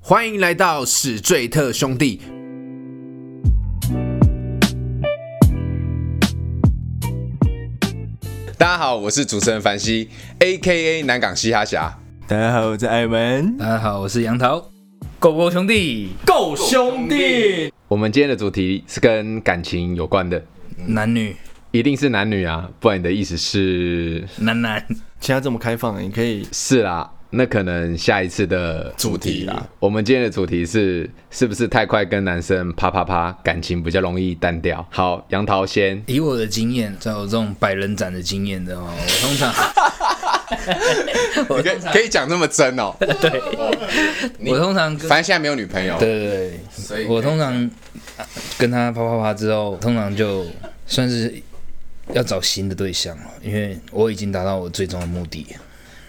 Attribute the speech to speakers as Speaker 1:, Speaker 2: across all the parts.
Speaker 1: 欢迎来到史最特兄弟。大家好，我是主持人凡西，A K A 南港嘻哈侠。
Speaker 2: 大家好，我是艾文。
Speaker 3: 大家好，我是杨桃，狗狗兄弟，
Speaker 2: 够兄弟，
Speaker 1: 我们今天的主题是跟感情有关的，
Speaker 3: 男女
Speaker 1: 一定是男女啊，不然你的意思是
Speaker 3: 男男，
Speaker 2: 现在这么开放，你可以
Speaker 1: 是啦。那可能下一次的
Speaker 2: 主题啦。
Speaker 1: 我们今天的主题是是不是太快跟男生啪啪啪，感情比较容易淡掉？好，杨桃先，
Speaker 3: 以我的经验，在我这种百人斩的经验的话，我通常，我
Speaker 4: 可以
Speaker 3: 通常
Speaker 4: 可以讲那么真哦，
Speaker 3: 我通常跟
Speaker 4: 反正现在没有女朋友，
Speaker 3: 对对对，
Speaker 4: 所以
Speaker 3: 我通常啊跟他啪啪啪之后，通常就算是要找新的对象了，因为我已经达到我最终的目的。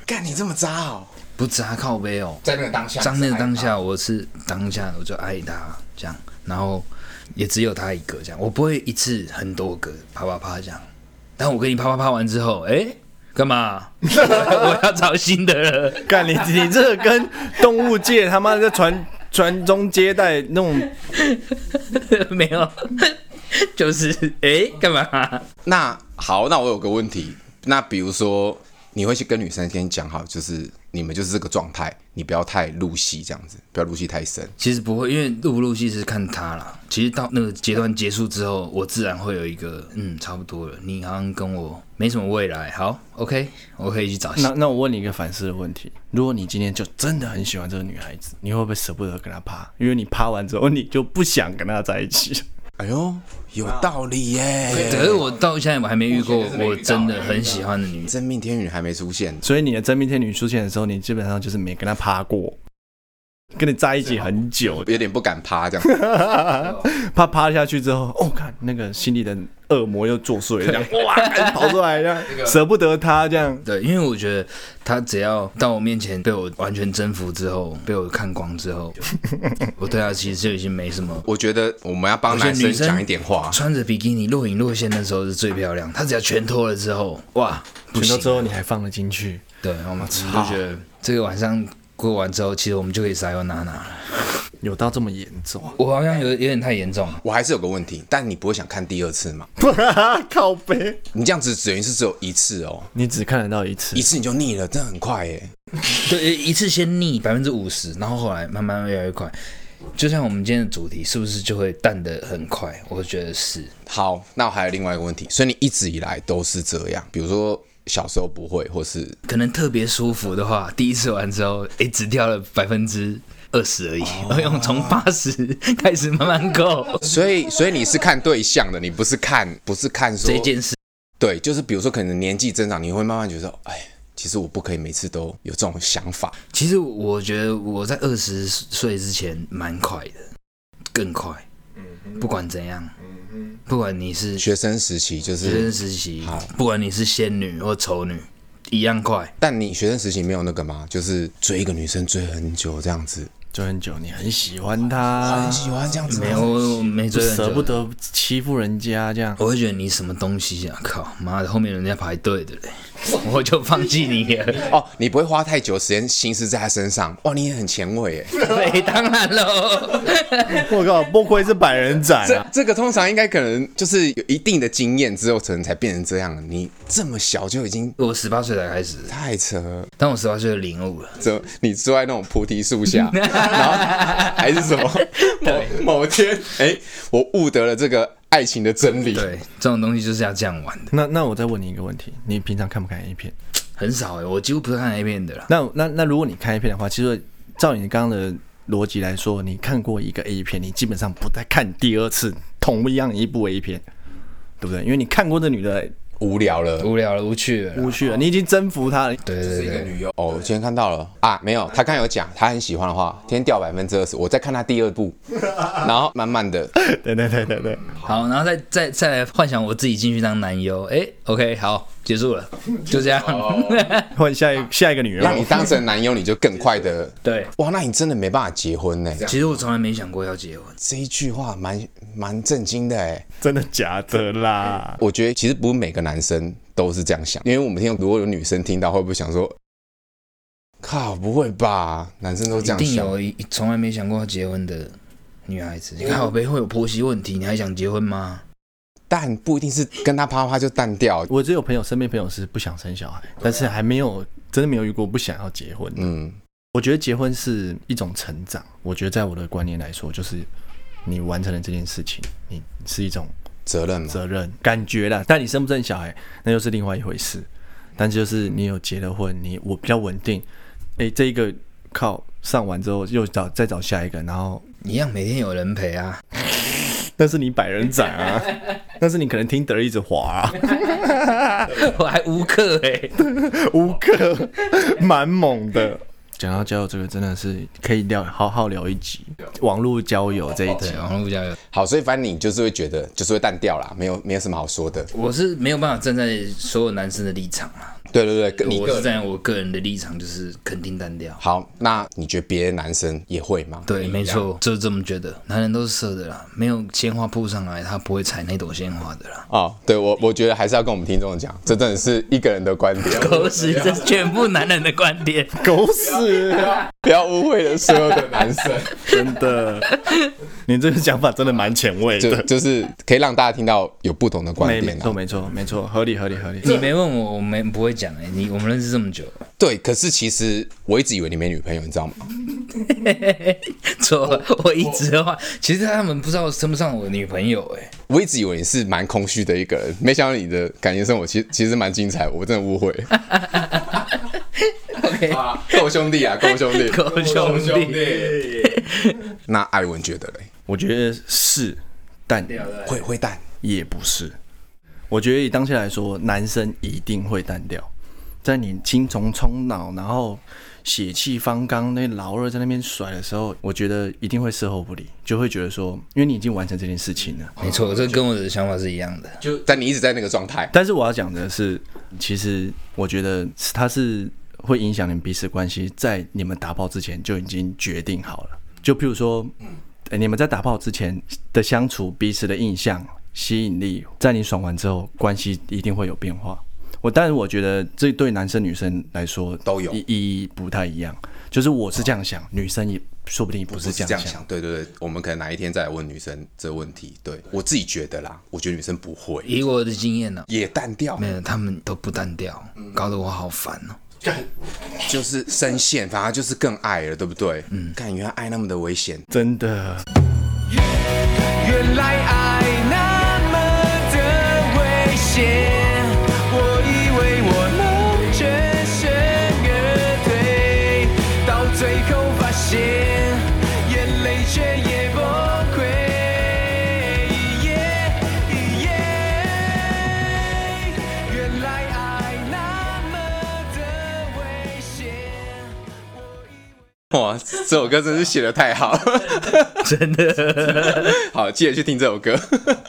Speaker 4: 干你这么渣哦，
Speaker 3: 不砸靠背哦，
Speaker 4: 在那个当下，
Speaker 3: 当那个当下，我是当下我就爱他这样，然后也只有他一个这样，我不会一次很多个啪啪啪这样。但我跟你啪啪啪完之后，哎、干嘛？ 我要找新的了。
Speaker 2: 干你你这个跟动物界他妈的传传宗接代那种，
Speaker 3: 没有， 就是哎，诶干、嘛？
Speaker 4: 那好，那我有个问题，那比如说你会去跟女生先讲好，就是你们就是这个状态，你不要太入戏这样子，不要入戏太深。
Speaker 3: 其实不会，因为入不入戏是看他啦。其实到那个阶段结束之后，我自然会有一个嗯，差不多了，你好像跟我没什么未来。好，OK，我可以去找新
Speaker 2: 那那我问你一个反思的问题：如果你今天就真的很喜欢这个女孩子，你会不会舍不得跟她趴？因为你趴完之后，你就不想跟她在一起。
Speaker 4: 哎呦，有道理耶，
Speaker 3: 可是我到现在我还没遇过我真的很喜欢的女生。
Speaker 4: 真命天女还没出现，
Speaker 2: 所以你的真命天女出现的时候，你基本上就是没跟她趴过，跟你在一起很久，
Speaker 4: 有点不敢趴这 样。
Speaker 2: 怕趴下去之后，哦，看那个心里的恶魔又作祟了，这样哇，赶紧跑出来，这样舍不得她这样。
Speaker 3: 对，因为我觉得她只要到我面前被我完全征服之后，被我看光 之后，我对她其实就已经没什么。
Speaker 4: 我觉得我们要帮
Speaker 3: 有些
Speaker 4: 男生
Speaker 3: 女生
Speaker 4: 讲一点话，
Speaker 3: 穿着比基尼若隐若现的时候是最漂亮，她只要全脱了之后，哇，不
Speaker 2: 全都
Speaker 3: 行
Speaker 2: 之。后你还放了进去，
Speaker 3: 对，我们就觉得这个晚上过完之后，其实我们就可以撒悠娜娜了。
Speaker 2: 有到这么严重？
Speaker 3: 我好像有有点太严重了。
Speaker 4: 我还是有个问题，但你不会想看第二次嘛？
Speaker 2: 靠背，
Speaker 4: 你这样子等于是只有一次哦，
Speaker 2: 你只看得到一次
Speaker 4: 一，次你就腻了，真的很快耶。
Speaker 3: 对，一次先腻百分之五十，然后后来慢慢越来越快。就像我们今天的主题，是不是就会淡的很快？我觉得是。
Speaker 4: 好，那我还有另外一个问题，所以你一直以来都是这样，比如说小时候不会，或是
Speaker 3: 可能特别舒服的话，第一次玩之后，诶，只掉了百分之二十而已，我用从八十 开始慢慢够
Speaker 4: 所以所以你是看对象的，你不是看不是看说
Speaker 3: 啊这件事。
Speaker 4: 对，就是比如说可能年纪增长，你会慢慢觉得，哎，其实我不可以每次都有这种想法。
Speaker 3: 其实我觉得我在二十岁之前蛮快的，更快。不管怎样，不管你是学
Speaker 4: 学生时期就
Speaker 3: 生
Speaker 4: 是，
Speaker 3: 时期
Speaker 4: 好，
Speaker 3: 不管你是仙女或丑女，一样快。
Speaker 4: 但你学生时期没有那个吗？就是追一个女生追很久这样子，
Speaker 2: 就很久，你很喜欢她
Speaker 4: 哦很，喜欢这样子吗，
Speaker 3: 啊没有，我我没
Speaker 2: 就
Speaker 3: 追很久
Speaker 2: 舍不。得欺负人家 这样。
Speaker 3: 我会觉得你什么东西啊！靠妈的，后面人家排队的嘞， 我就放弃你了。
Speaker 4: 哦，你不会花太久时间心思在她身上，哇，你也很前卫耶。
Speaker 3: 对，当然喽。
Speaker 2: 我靠，不愧是百人斩啊
Speaker 3: 啊
Speaker 4: 这！这个通常应该可能就是有一定的经验之后，可能才变成这样。你这么小就已经
Speaker 3: 我十八岁才开始，
Speaker 4: 太扯了，
Speaker 3: 但我十八岁就领悟了。
Speaker 4: 这你坐在那种菩提树 下，然后还是什么某某天，哎，我悟得了这个爱情的真理。
Speaker 3: 对，这种东西就是要这样玩 的，
Speaker 2: 那那我再问你一个问题，你平常看不看 A 片？
Speaker 3: 很少哎、我几乎不是看 A 片的啦。
Speaker 2: 那那那如果你看 A 片的话，其实照你刚刚的逻辑来说，你看过一个 A 片，你基本上不再看第二次同样一部 A 片，对不对？因为你看过这女的
Speaker 4: 无聊了。
Speaker 3: 无聊了，无趣了啦。
Speaker 2: 无趣了，你已经征服她了。
Speaker 3: 对对对，
Speaker 4: 哦，我今天看到了啊，没有，他刚有讲，他很喜欢的话，今天掉百分之二十，我再看他第二部，然后慢 慢的，
Speaker 2: 对对对对对，
Speaker 3: 好，然后再再再来幻想我自己进去当男优，哎、o k 好，结束了，就这样。
Speaker 2: 哦 换下一下一个女人
Speaker 4: 让。你当成男友，你就更快的，
Speaker 3: 对，
Speaker 4: 哇，那你真的没办法结婚呢。
Speaker 3: 其实我从来没想过要结婚，
Speaker 4: 这一句话蛮蛮震惊的哎，
Speaker 2: 真的假的啦？
Speaker 4: 我觉得其实不是每个男生都是这样想，因为我们听如果有女生听到，会不会想说，靠，不会吧？男生都这
Speaker 3: 一
Speaker 4: 样
Speaker 3: 定
Speaker 4: 想，
Speaker 3: 有一从来没想过要结婚的女孩子。你看我背会有婆媳问题，你还想结婚吗？
Speaker 4: 但不一定是跟他啪啪就淡掉。
Speaker 2: 我只有朋友，身边朋友是不想生小孩，但是还没有真的没有遇过不想要结婚的。
Speaker 4: 嗯，
Speaker 2: 我觉得结婚是一种成长，我觉得在我的观念来说，就是你完成了这件事情，你是一种
Speaker 4: 责任嘛，
Speaker 2: 责任感觉啦。但你生不生小孩，那又是另外一回事。但就是你有结了婚，你我比较稳定，诶，这一个靠上完之后又找再找下一个，然后
Speaker 3: 一样每天有人陪啊。
Speaker 2: 但是你百人斩啊，但是你可能听得一直滑啊，
Speaker 3: 我还无课哎、
Speaker 2: 五个蛮猛的。讲到交友这个，真的是可以聊好好聊一集，网络交友这一集
Speaker 3: 对，。网络交友，
Speaker 4: 好，所以反正你就是会觉得就是会淡掉啦，没有没有什么好说的。
Speaker 3: 我是没有办法站在所有男生的立场啊。
Speaker 4: 对对对，跟你
Speaker 3: 我
Speaker 4: 个
Speaker 3: 是
Speaker 4: 人
Speaker 3: 站在我个人的立场，就是肯定单调。
Speaker 4: 好，那你觉得别的男生也会吗？
Speaker 3: 对，没
Speaker 4: 一样。
Speaker 3: 错，就是这么觉得。男人都是色的啦，没有鲜花铺上来，他不会采那朵鲜花的啦。
Speaker 4: 哦，对我我觉得还是要跟我们听众讲，这真的是一个人的观点，
Speaker 3: 狗屎，这是全部男人的观点。
Speaker 2: 狗屎、
Speaker 4: 不要误会了所有的男生，
Speaker 2: 真的，你这个想法真的蛮前卫
Speaker 4: 就
Speaker 2: 的。
Speaker 4: 就是可以让大家听到有不同的观
Speaker 2: 没没
Speaker 4: 点
Speaker 2: 错
Speaker 4: 啊。
Speaker 2: 没错没错，合理合理合理。
Speaker 3: 你没问我，我们不会讲哎、你我们认识这么久，
Speaker 4: 对，可是其实我一直以为你没女朋友，你知道吗？
Speaker 3: 错了， 我一直的话，其实他们不知道称不上我女朋友哎、
Speaker 4: 我一直以为你是蛮空虚的一个人，没想到你的感情生活其实其实蛮精彩，我真的误会。
Speaker 3: OK，
Speaker 4: 啊，够兄弟啊，够兄弟，
Speaker 3: 狗兄弟，
Speaker 4: 弟。那艾文觉得嘞，
Speaker 2: 我觉得是，但
Speaker 4: 会会淡，
Speaker 2: 也不是。我觉得以当下来说，男生一定会淡掉。在你精虫充脑，然后血气方刚，那老二在那边甩的时候，我觉得一定会事后不理，就会觉得说，因为你已经完成这件事情了。
Speaker 3: 没错，这跟我的想法是一样的。
Speaker 4: 就但你一直在那个状态。
Speaker 2: 但是我要讲的是，其实我觉得它是会影响你们彼此关系，在你们打炮之前就已经决定好了。就譬如说，呃你们在打炮之前的相处，彼此的印象、吸引力，在你爽完之后，关系一定会有变化。我但是我觉得这对男生女生来说
Speaker 4: 都有
Speaker 2: 意意义不太一样。就是我是这样想，女生也说不定不
Speaker 4: 不
Speaker 2: 是
Speaker 4: 是
Speaker 2: 这
Speaker 4: 这样
Speaker 2: 样想。
Speaker 4: 想，对对对，我们可能哪一天再来问女生这个问题。对我自己觉得啦，我觉得女生不会，
Speaker 3: 以我的经验呢、
Speaker 4: 也淡掉，
Speaker 3: 没有，他们都不单调，搞得我好烦哦。
Speaker 4: 就是深陷，反而就是更爱了，对不对？嗯，看原来爱那么的危险，
Speaker 2: 真的，
Speaker 5: 原来爱那么的危险，我以为我能全身而退，到最后发现眼泪却也崩溃。原来爱那么的危险。
Speaker 4: 哇，这首歌真是写的太好， 真的。 好，记得去听这首歌。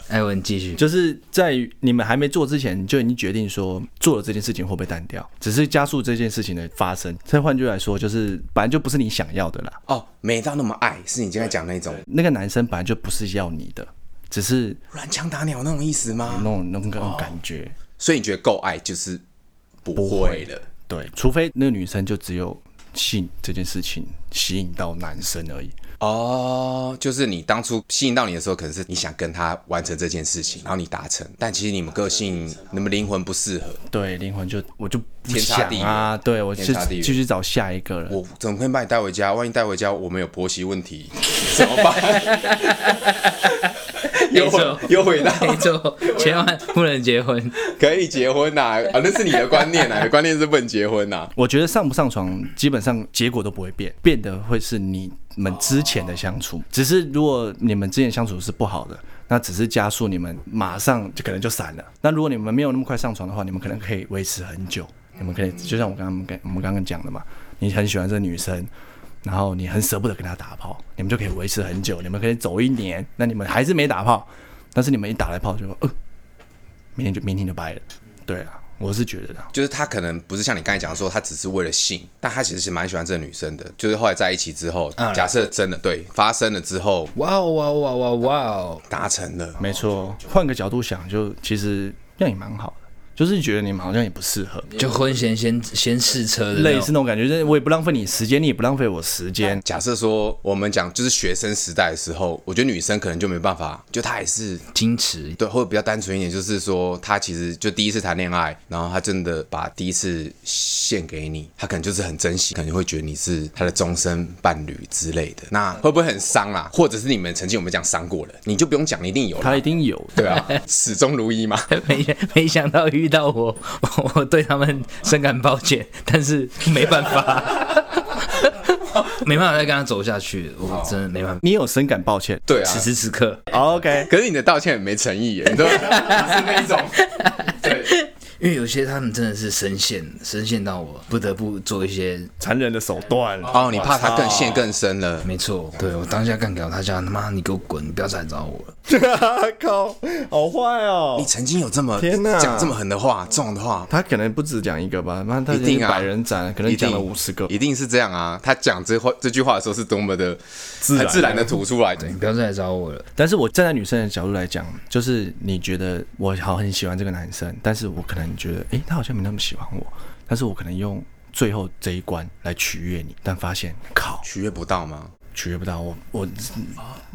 Speaker 3: 艾文继续，
Speaker 2: 就是在你们还没做之前，就已经决定说做了这件事情会不会单调，只是加速这件事情的发生。再换句来说，就是本来就不是你想要的啦，
Speaker 4: 哦，没到那么爱，是你刚才讲那种
Speaker 2: 那个男生本来就不是要你的，只是
Speaker 4: 乱枪打鸟那种意思
Speaker 2: 那
Speaker 4: 吗？
Speaker 2: 种那种那种感觉。
Speaker 4: 所以你觉得够爱就是不会了，
Speaker 2: 对，除非那个女生就只有性这件事情吸引到男生而已。
Speaker 4: 哦，就是你当初吸引到你的时候，可能是你想跟他完成这件事情，然后你达成，但其实你们个性、你们灵魂不适合。
Speaker 2: 对，灵魂就我就不
Speaker 4: 天差
Speaker 2: 想
Speaker 4: 地远
Speaker 2: 啊，对我是
Speaker 4: 天差地远
Speaker 2: 继续找下一个了。
Speaker 4: 我怎么可以把你带回家？万一带回家我们有婆媳问题， 怎么办？又
Speaker 3: 没错
Speaker 4: 回又回到
Speaker 3: 没 错，千万不能结婚。
Speaker 4: 可以结婚呐、啊，那是你的观念呐、你的观念是不能结婚呐、啊
Speaker 2: 我觉得上不上床，基本上结果都不会变，变的会是你们之前的相处。只是如果你们之前相处是不好的，那只是加速你们马上就可能就散了。那如果你们没有那么快上床的话，你们可能可以维持很久。你们可以就像我刚刚跟我们刚刚讲的嘛，你很喜欢这个女生，然后你很舍不得跟她打炮，你们就可以维持很久。你们可以走一年，那你们还是没打炮，但是你们一打来炮就说，呃，明天就明天就掰了。对啊，我是觉得的。
Speaker 4: 就是他可能不是像你刚才讲的说，他只是为了性，但他其实是蛮喜欢这个女生的。就是后来在一起之后，
Speaker 3: 啊
Speaker 4: 假设真的对发生了之后
Speaker 3: 哇哦哇哦哇哇哇哦！
Speaker 4: 达成了，
Speaker 2: 没错，换个角度想，就其实这样也蛮好的。就是觉得你们好像也不适合，
Speaker 3: 就婚前先先试车的那种
Speaker 2: 类似那种感觉，就是我也不浪费你时间，你也不浪费我时间，
Speaker 4: 假设说我们讲就是学生时代的时候，我觉得女生可能就没办法，就她也是
Speaker 3: 矜持，
Speaker 4: 对，会比较单纯一点，就是说她其实就第一次谈恋爱，然后她真的把第一次献给你，她可能就是很珍惜，可能会觉得你是她的终身伴侣之类的。那会不会很伤啊？或者是你们曾经有没有这样伤过人？你就不用讲，你一定 有
Speaker 2: 他
Speaker 4: 啦。
Speaker 2: 一定有
Speaker 4: 对啊，始终如一嘛。
Speaker 3: 没没想到遇到我，我我对他们深感抱歉，但是没办 法，没办法再跟他走下去，我真的没办法。
Speaker 2: 你有深感抱歉。哦
Speaker 4: 对啊
Speaker 3: 此，时此刻，
Speaker 2: OK，
Speaker 4: 可是你的道歉很没诚意耶， 你都是那一种，对，
Speaker 3: 因为有些他们真的是深陷，深陷到我不得不做一些，
Speaker 2: 残忍的手段。
Speaker 4: 哦，你怕他更陷更深了。
Speaker 3: 没错，对我当下干掉他，叫他妈你给我滚，你不要再来找我了。
Speaker 2: 靠，好坏哦
Speaker 4: 你！曾经有这么
Speaker 2: 天哪
Speaker 4: 讲这么狠的话，这种的话，
Speaker 2: 他可能不止讲一个吧，那他
Speaker 4: 一定啊，
Speaker 2: 百人斩，可能讲了
Speaker 4: 一定
Speaker 2: 五十个。
Speaker 4: 一定是这样啊。他讲这话这句话的时候，是多么的自
Speaker 2: 然
Speaker 4: 自然的吐出来的
Speaker 3: 你。不要再来找我了，
Speaker 2: 但是我站在女生的角度来讲，就是你觉得我好很喜欢这个男生，但是我可能觉得，诶，他好像没那么喜欢我，但是我可能用最后这一关来取悦你，但发现靠，
Speaker 4: 取悦不到吗？
Speaker 2: 取悦不到我，我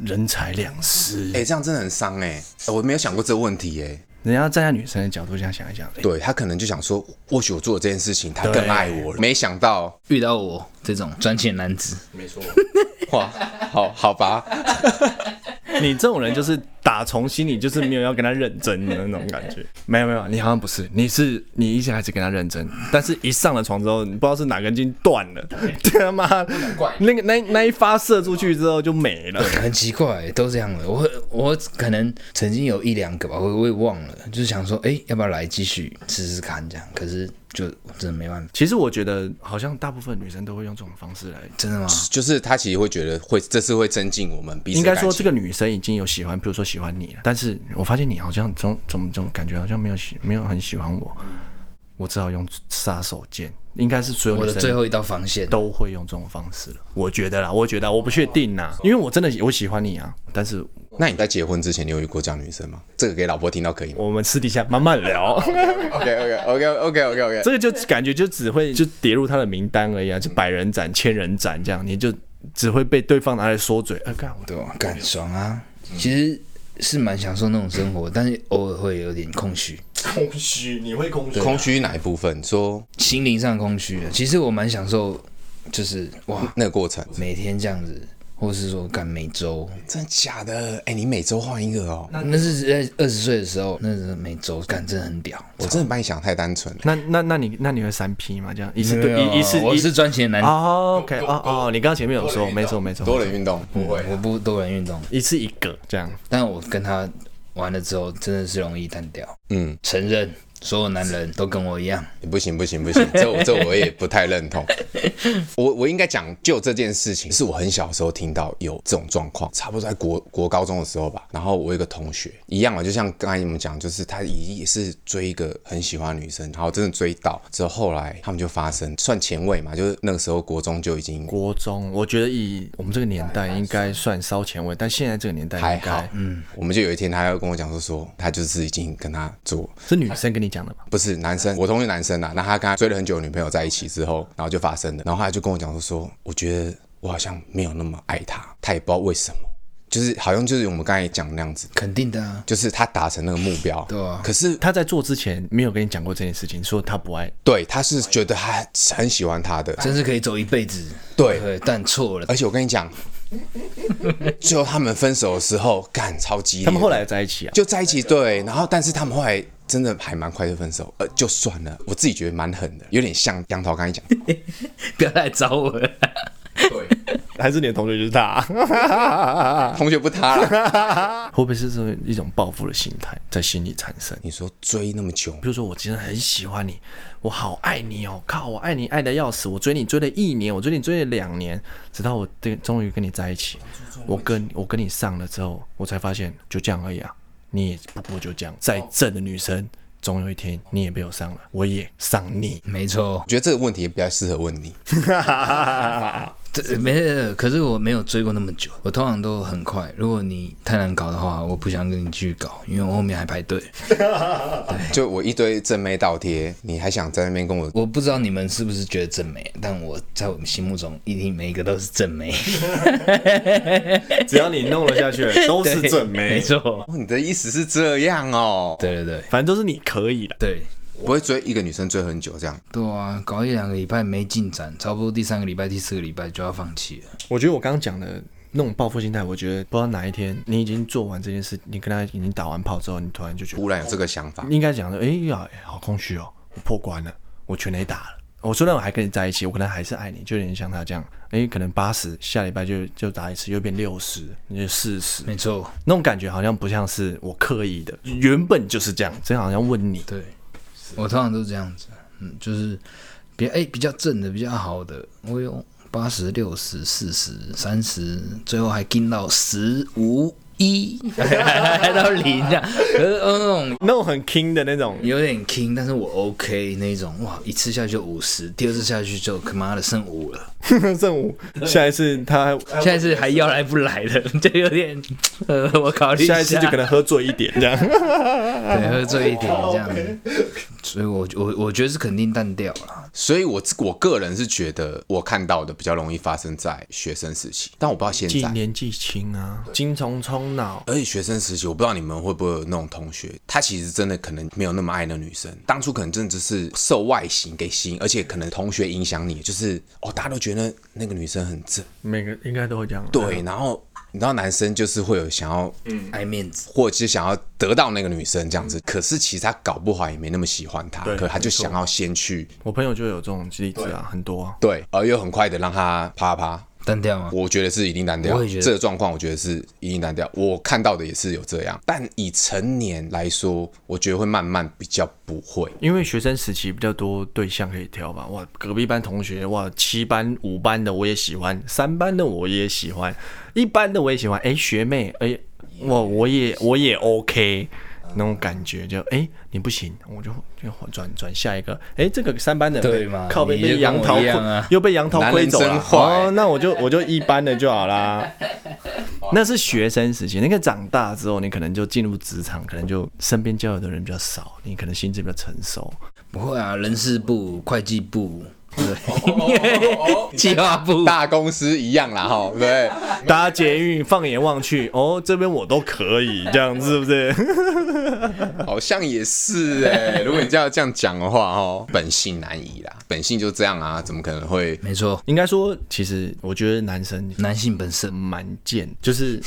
Speaker 2: 人财两失。
Speaker 4: 哎、这样真的很伤哎、呃我没有想过这个问题哎、
Speaker 2: 人家站在女生的角度这样想一想，诶
Speaker 4: 对他可能就想说，或许我做了这件事情，他更
Speaker 2: 对
Speaker 4: 爱我了。没想到，
Speaker 3: 遇到我这种专情男子，
Speaker 4: 哇， 好好吧，
Speaker 2: 你这种人就是打从心里就是没有要跟他认真的那种感 觉。没有没有，你好像不是，你是你一开始跟他认真，但是一上了床之后，你不知道是哪根筋断了，对啊他妈那个那那一发射出去之后就没了。
Speaker 3: 很奇怪、都这样了。我我可能曾经有一两个吧，我我也忘了，就是想说，哎、要不要来继续试试看这样？可是就真的没办法，
Speaker 2: 其实我觉得好像大部分女生都会用这种方式来。
Speaker 3: 真的吗？
Speaker 4: 就是他其实会觉得会，这是会增进我们彼此
Speaker 2: 应
Speaker 4: 的
Speaker 2: 该
Speaker 4: 感
Speaker 2: 说，
Speaker 4: 情。
Speaker 2: 这个女生已经有喜欢，比如说喜欢你了，但是我发现你好像总总总感觉好像没有喜没有很喜欢我，我只好用杀手锏，应该是所有
Speaker 3: 我
Speaker 2: 女
Speaker 3: 的
Speaker 2: 生
Speaker 3: 最后一道防线，
Speaker 2: 都会用这种方式了。我觉得啦，我觉得我不确定啦，因为我真的我喜欢你啊，但是
Speaker 4: 那你在结婚之前，你有遇过这样的女生吗？这个给老婆听到可以吗
Speaker 2: 我们私底下慢慢 聊，
Speaker 4: ？OK OK OK OK OK OK。
Speaker 2: 这个就感觉就只会就跌入他的名单而已啊，就百人斩、千人斩这样，你就只会被对方拿来说嘴。呃，干我
Speaker 3: 对吧？干爽啊！其实是蛮享受那种生活，但是偶尔会有点空虚，
Speaker 2: 空虚，你会空虚
Speaker 4: 空虚哪一部分？说
Speaker 3: 心灵上空虚啊。其实我蛮享受，就是哇，
Speaker 4: 那个过程，
Speaker 3: 每天这样子，或是说干每周，
Speaker 4: 真的假的？哎、你每周换一个哦，
Speaker 3: 那是在二十岁的时候，那是每周干真的很屌。
Speaker 4: 我真的把你想得太单纯了。
Speaker 2: 那那那你那你会三 P 吗？这样一次
Speaker 3: 没有啊
Speaker 2: 对一一次
Speaker 3: 我
Speaker 2: 一
Speaker 3: 是专情的男子，
Speaker 2: 哦，OK 哦哦，你刚刚前面有说，没错没错，
Speaker 4: 多人运动不会，
Speaker 3: 我不多人运动，
Speaker 2: 一次一个这样，
Speaker 3: 但我跟他玩了之后，真的是容易单调。
Speaker 4: 嗯，
Speaker 3: 承认所有男人都跟我一样，
Speaker 4: 不行不行不行，这我这我也不太认同。我我应该讲，就这件事情，是我很小的时候听到有这种状况，差不多在国国高中的时候吧。然后我有一个同学一样嘛，就像刚才你们讲，就是他也是追一个很喜欢的女生，然后真的追到之后，后来他们就发生算前卫嘛，就是那个时候国中就已经
Speaker 2: 国中，我觉得以我们这个年代应该算稍前卫，但现在这个年代
Speaker 4: 还
Speaker 2: 应
Speaker 4: 好
Speaker 2: 该，
Speaker 4: 嗯，我们就有一天他要跟我讲说说，他就是已经跟他做
Speaker 2: 是女生跟你讲的吧？
Speaker 4: 不是男生，我同学男生啊，那他跟他追了很久的女朋友在一起之后，然后就发生了，然后他就跟我讲说说，我觉得我好像没有那么爱他，他也不知道为什么，就是好像就是我们刚才讲的那样子，
Speaker 3: 肯定的啊。
Speaker 4: 就是他达成那个目标，
Speaker 3: 对啊
Speaker 4: 可是
Speaker 2: 他在做之前没有跟你讲过这件事情，说他不爱，
Speaker 4: 对他是觉得他很喜欢他的，
Speaker 3: 真是可以走一辈子，
Speaker 4: 对
Speaker 3: 对，但错
Speaker 2: 哎
Speaker 3: 了，
Speaker 4: 而且我跟你讲，最后他们分手的时候，干超激烈，
Speaker 2: 他们后来在一起啊。
Speaker 4: 就在一起，对，然后但是他们后来真的还蛮快就分手，呃，就算了，我自己觉得蛮狠的，有点像杨桃刚才讲。
Speaker 3: 不要来找我了。
Speaker 2: 还是你的同学就是他，
Speaker 4: 同学不塌了。
Speaker 2: 会不会是这种一种报复的心态在心里产生？
Speaker 4: 你说追那么久，
Speaker 2: 比如说，我真的很喜欢你，我好爱你哦，靠，我爱你爱的要死，我追你追了一年，我追你追了两年，直到我对终于跟你在一起，我跟我跟你上了之后，我才发现就这样而已啊，你也不过就这样，再正的女生，总有一天你也被我上了，我也上你，
Speaker 3: 没错，
Speaker 4: 我觉得这个问题比较适合问你。
Speaker 3: 对，没事。可是我没有追过那么久，我通常都很快。如果你太难搞的话，我不想跟你继续搞，因为我后面还排队。
Speaker 4: 就我一堆正妹倒贴，你还想在那边跟我？
Speaker 3: 我不知道你们是不是觉得正美，但我在我们心目中一定每一个都是正美。
Speaker 6: 只要你弄了下去， 都是正
Speaker 3: 没
Speaker 6: 妹，
Speaker 3: 错，
Speaker 4: 哦你的意思是这样哦？
Speaker 3: 对对对
Speaker 6: 反正都是你可以的。
Speaker 3: 对
Speaker 4: 不会追一个女生追很久这样。
Speaker 3: 对啊！搞一两个礼拜没进展，差不多第三个礼拜、第四个礼拜就要放弃了。
Speaker 2: 我觉得我刚刚讲的那种报复心态，我觉得不知道哪一天你已经做完这件事，你跟他已经打完炮之后，你突然就觉得
Speaker 4: 忽然有这个想法，
Speaker 2: 应该讲说，哎、呀、哎好空虚哦，我破关了，我全垒打了。我虽然我还跟你在一起，我可能还是爱你，就有点像他这样，哎、可能八十，下礼拜就就打一次，又变六十，你就四十，
Speaker 3: 没错，
Speaker 2: 那种感觉好像不像是我刻意的，原本就是这样，这好像问你，
Speaker 3: 对，我通常都是这样子，嗯，就是比哎、比较正的、比较好的，我有八十六十、四十、三十，最后还进到十五一，还到零
Speaker 6: 啊
Speaker 3: 这样。 可是那种
Speaker 6: 那种很 king 的那种，
Speaker 3: 有点 king，但是我 OK 那种，哇，一次下去就五十，第二次下去就他妈的剩五了，
Speaker 6: 正午下一次他
Speaker 3: 现在是还要来不来的，就有点， 呃，我考虑
Speaker 6: 下一次就可能喝醉一点这样。
Speaker 3: 对喝醉一点 这
Speaker 6: 哦
Speaker 3: 样，所以我我我觉得是肯定淡掉了，
Speaker 4: 所以我我个人是觉得我看到的比较容易发生在学生时期，但我不知道现
Speaker 2: 既
Speaker 4: 在。
Speaker 2: 年纪轻啊，精虫充脑，
Speaker 4: 而且学生时期，我不知道你们会不会有那种同学，他其实真的可能没有那么爱那女生，当初可能真的只是受外形给吸引，而且可能同学影响你，就是哦，大家都觉得那个女生很正，
Speaker 2: 每个应该都会这样。
Speaker 3: 嗯
Speaker 4: 对，然后你知道男生就是会有想要，嗯，
Speaker 3: 爱面子，
Speaker 4: 或者是想要得到那个女生这样
Speaker 3: 嗯
Speaker 4: 子，可是其实他搞不好也没那么喜欢她，可他就想要先去
Speaker 2: 我朋友就有这种例子啊，很多、啊。
Speaker 4: 对，而又很快的让她啪啪。
Speaker 3: 淡掉吗？
Speaker 4: 我觉得是一定单调，
Speaker 3: 我也觉得
Speaker 4: 这个状况，我觉得是一定单调。我看到的也是有这样，但以成年来说，我觉得会慢慢比较不会。
Speaker 2: 因为学生时期比较多对象可以挑吧，哇，隔壁班同学，哇，七班、五班的我也喜欢，三班的我也喜欢，一班的我也喜欢，哎，学妹，哎，哇，我也我也 OK，那种感觉就，哎，你不行，我就就转转下一个，哎，这个三班的
Speaker 3: 对嘛
Speaker 2: 靠被
Speaker 3: 你就
Speaker 2: 被
Speaker 3: 跟
Speaker 2: 杨
Speaker 3: 我
Speaker 2: 桃
Speaker 3: 一
Speaker 2: 亏
Speaker 3: 样啊，
Speaker 2: 又被杨桃
Speaker 4: 男
Speaker 2: 亏
Speaker 4: 人
Speaker 2: 走
Speaker 4: 真
Speaker 2: 了，
Speaker 4: 坏
Speaker 2: 哦，那我就我就一般的就 好啦。那是学生时期，那个长大之后，你可能就进入职场，可能就身边交友的人比较少，你可能心智比较成熟，
Speaker 3: 不会啊，人事部、会计部，哦对， 计划部，
Speaker 4: 大公司一样啦，哈，对不对，
Speaker 2: 搭捷运，放眼望去，哦，这边我都可以，这样是不 是？
Speaker 4: 好像也是哎、如果你这样这样讲的话，哦，本性难移啦，本性就这样啊，怎么可能会？
Speaker 3: 没错，
Speaker 2: 应该说，其实我觉得男生
Speaker 3: 男性本身
Speaker 2: 蛮贱，就是，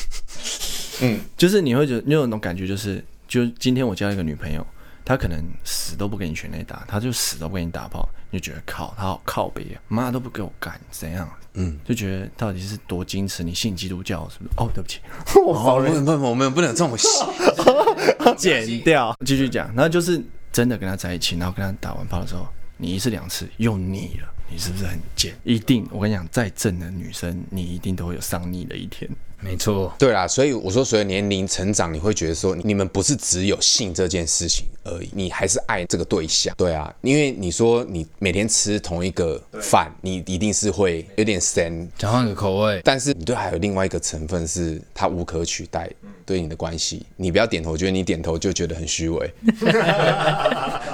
Speaker 2: 嗯，就是你会觉得你有那种感觉，就是，就今天我交一个女朋友，她可能死都不给你全内打，她就死都不给你打炮，你就觉得靠，她好靠北啊，妈都不给我干，怎样？嗯，就觉得到底是多矜持？你信基督教是不是？哦，对不起，
Speaker 4: 哦，不能不能，我们不能这种
Speaker 2: 剪掉，继续讲。然后就是真的跟他在一起，然后跟他打完炮的时候，你一次两次又腻了，你是不是很贱？一定，我跟你讲，再正的女生，你一定都会有上腻的一天。
Speaker 3: 没错，
Speaker 4: 对啦，所以我说，随着年龄成长，你会觉得说，你们不是只有性这件事情而已，你还是爱这个对象。对啊，因为你说你每天吃同一个饭，你一定是会有点深，
Speaker 3: 想换个口味，
Speaker 4: 但是你对还有另外一个成分是它无可取代对你的关系。你不要点头，我觉得你点头就觉得很虚伪。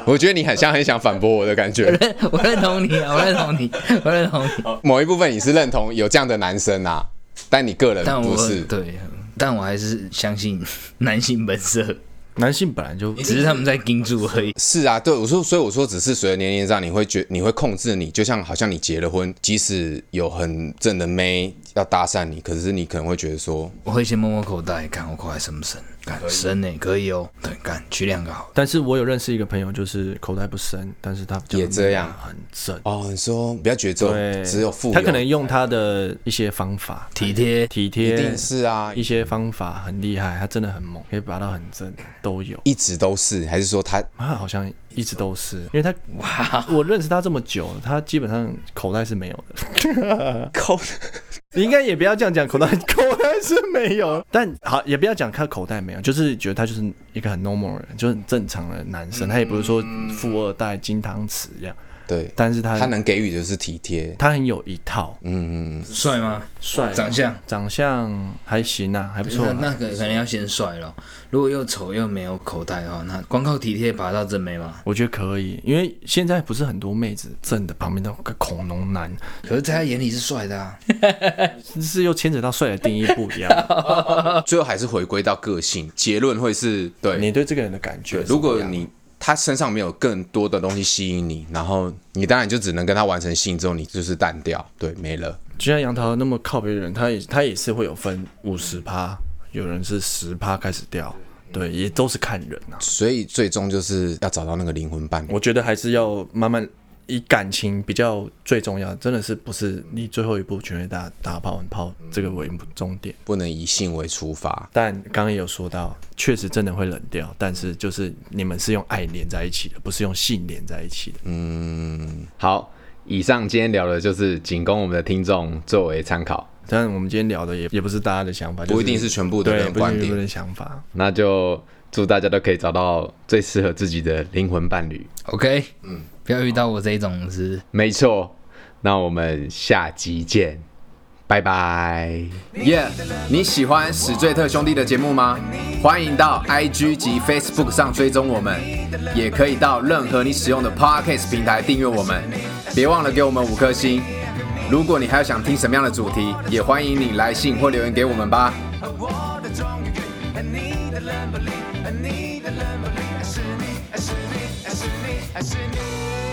Speaker 4: 我觉得你很像很想反驳我的感觉。
Speaker 3: 我认同你啊，我认同你， 哦我认同你。
Speaker 4: 某一部分你是认同有这样的男生啊，但你个人
Speaker 3: 但我
Speaker 4: 不是。
Speaker 3: 对，但我还是相信 男性本色，
Speaker 2: 男性本来就
Speaker 3: 只是他们在盯住而已。
Speaker 4: 是啊，对我说，所以我说，只是随着年龄上，你会觉你会控制你，就像好像你结了婚，即使有很正的妹要搭讪你，可是你可能会觉得说，
Speaker 3: 我会先摸摸口袋，看我口袋深不深，看深呢、可以哦。对，干取两个好，
Speaker 2: 但是我有认识一个朋友，就是口袋不深，但是他
Speaker 4: 也这样
Speaker 2: 很正，
Speaker 4: 哦，你说不要觉得只
Speaker 2: 对，
Speaker 4: 有只有富有，
Speaker 2: 他可能用他的一些方法
Speaker 3: 体贴。
Speaker 2: 体
Speaker 4: 一
Speaker 2: 贴
Speaker 4: 定，是啊，
Speaker 2: 一些方法很厉害，他真的很猛，可以拔到很正，都有。
Speaker 4: 一直都是，还是说他
Speaker 2: 他好像一直都是， 因为他哇，我认识他这么久，他基本上口袋是没有的。
Speaker 4: 抠？
Speaker 2: 你应该也不要这样讲，口袋 口袋是没有，但好也不要讲他口袋没有，就是觉得他就是嗯一个很 normal 的人，就是很正常的男生，他也不是说富二代金汤匙一样，
Speaker 4: 对，
Speaker 2: 但是他
Speaker 4: 他能给予的是体贴，
Speaker 2: 他很有一套，
Speaker 4: 嗯嗯，嗯
Speaker 3: 帅啊吗？
Speaker 2: 帅
Speaker 3: 长相
Speaker 2: 长相还行啊，还不错
Speaker 3: 那
Speaker 2: 啊。
Speaker 3: 那个可能要先帅了。如果又丑又没有口袋的话，那光靠体贴爬到真没吗？
Speaker 2: 我觉得可以，因为现在不是很多妹子真的旁边都有个恐龙男，
Speaker 3: 可是，在他眼里是帅的啊。
Speaker 2: 只是又牵扯到帅的定义不 一样，
Speaker 4: 最后还是回归到个性，结论会是对
Speaker 2: 你对这个人的感觉是不一样。
Speaker 4: 如果你他身上没有更多的东西吸引你，然后你当然就只能跟他完成性之后，你就是淡掉，对，没了。
Speaker 2: 就像杨桃那么靠别人，他也他也是会有分五
Speaker 4: 嗯
Speaker 2: 十趴，有人是十趴开始掉，对，也都是看人啊。
Speaker 4: 所以最终就是要找到那个灵魂伴侣。
Speaker 2: 我觉得还是要慢慢以感情比较最重要，真的是不是你最后一步全力打打炮完炮这个为终点。
Speaker 4: 不能以性为出发，
Speaker 2: 但刚刚也有说到，确实真的会冷掉，但是就是你们是用爱连在一起的，不是用性连在一起
Speaker 4: 嗯
Speaker 2: 的。
Speaker 1: 好，以上今天聊的就是仅供我们的听众作为参考。
Speaker 2: 但我们今天聊的也也不是大家的想法，
Speaker 4: 不一定是全部的
Speaker 2: 对，
Speaker 4: 人
Speaker 2: 不是
Speaker 4: 观
Speaker 2: 全部
Speaker 4: 点。
Speaker 2: 的想法。
Speaker 1: 那就祝大家都可以找到最适合自己的灵魂伴侣。
Speaker 3: OK，嗯，不要遇到我这一种是。
Speaker 1: 没错，那我们下集见，拜拜。
Speaker 4: 耶你喜欢史最特兄弟的节目吗？欢迎到 IG 及 Facebook 上追踪我们，也可以到任何你使用的 Podcast 平台订阅我们。别忘了给我们五颗星。如果你还有想听什么样的主题，也欢迎你来信或留言给我们吧。
Speaker 5: 我的终于，爱你的冷不吝，爱你的冷不吝，爱是你，爱是你，爱是你，爱是你。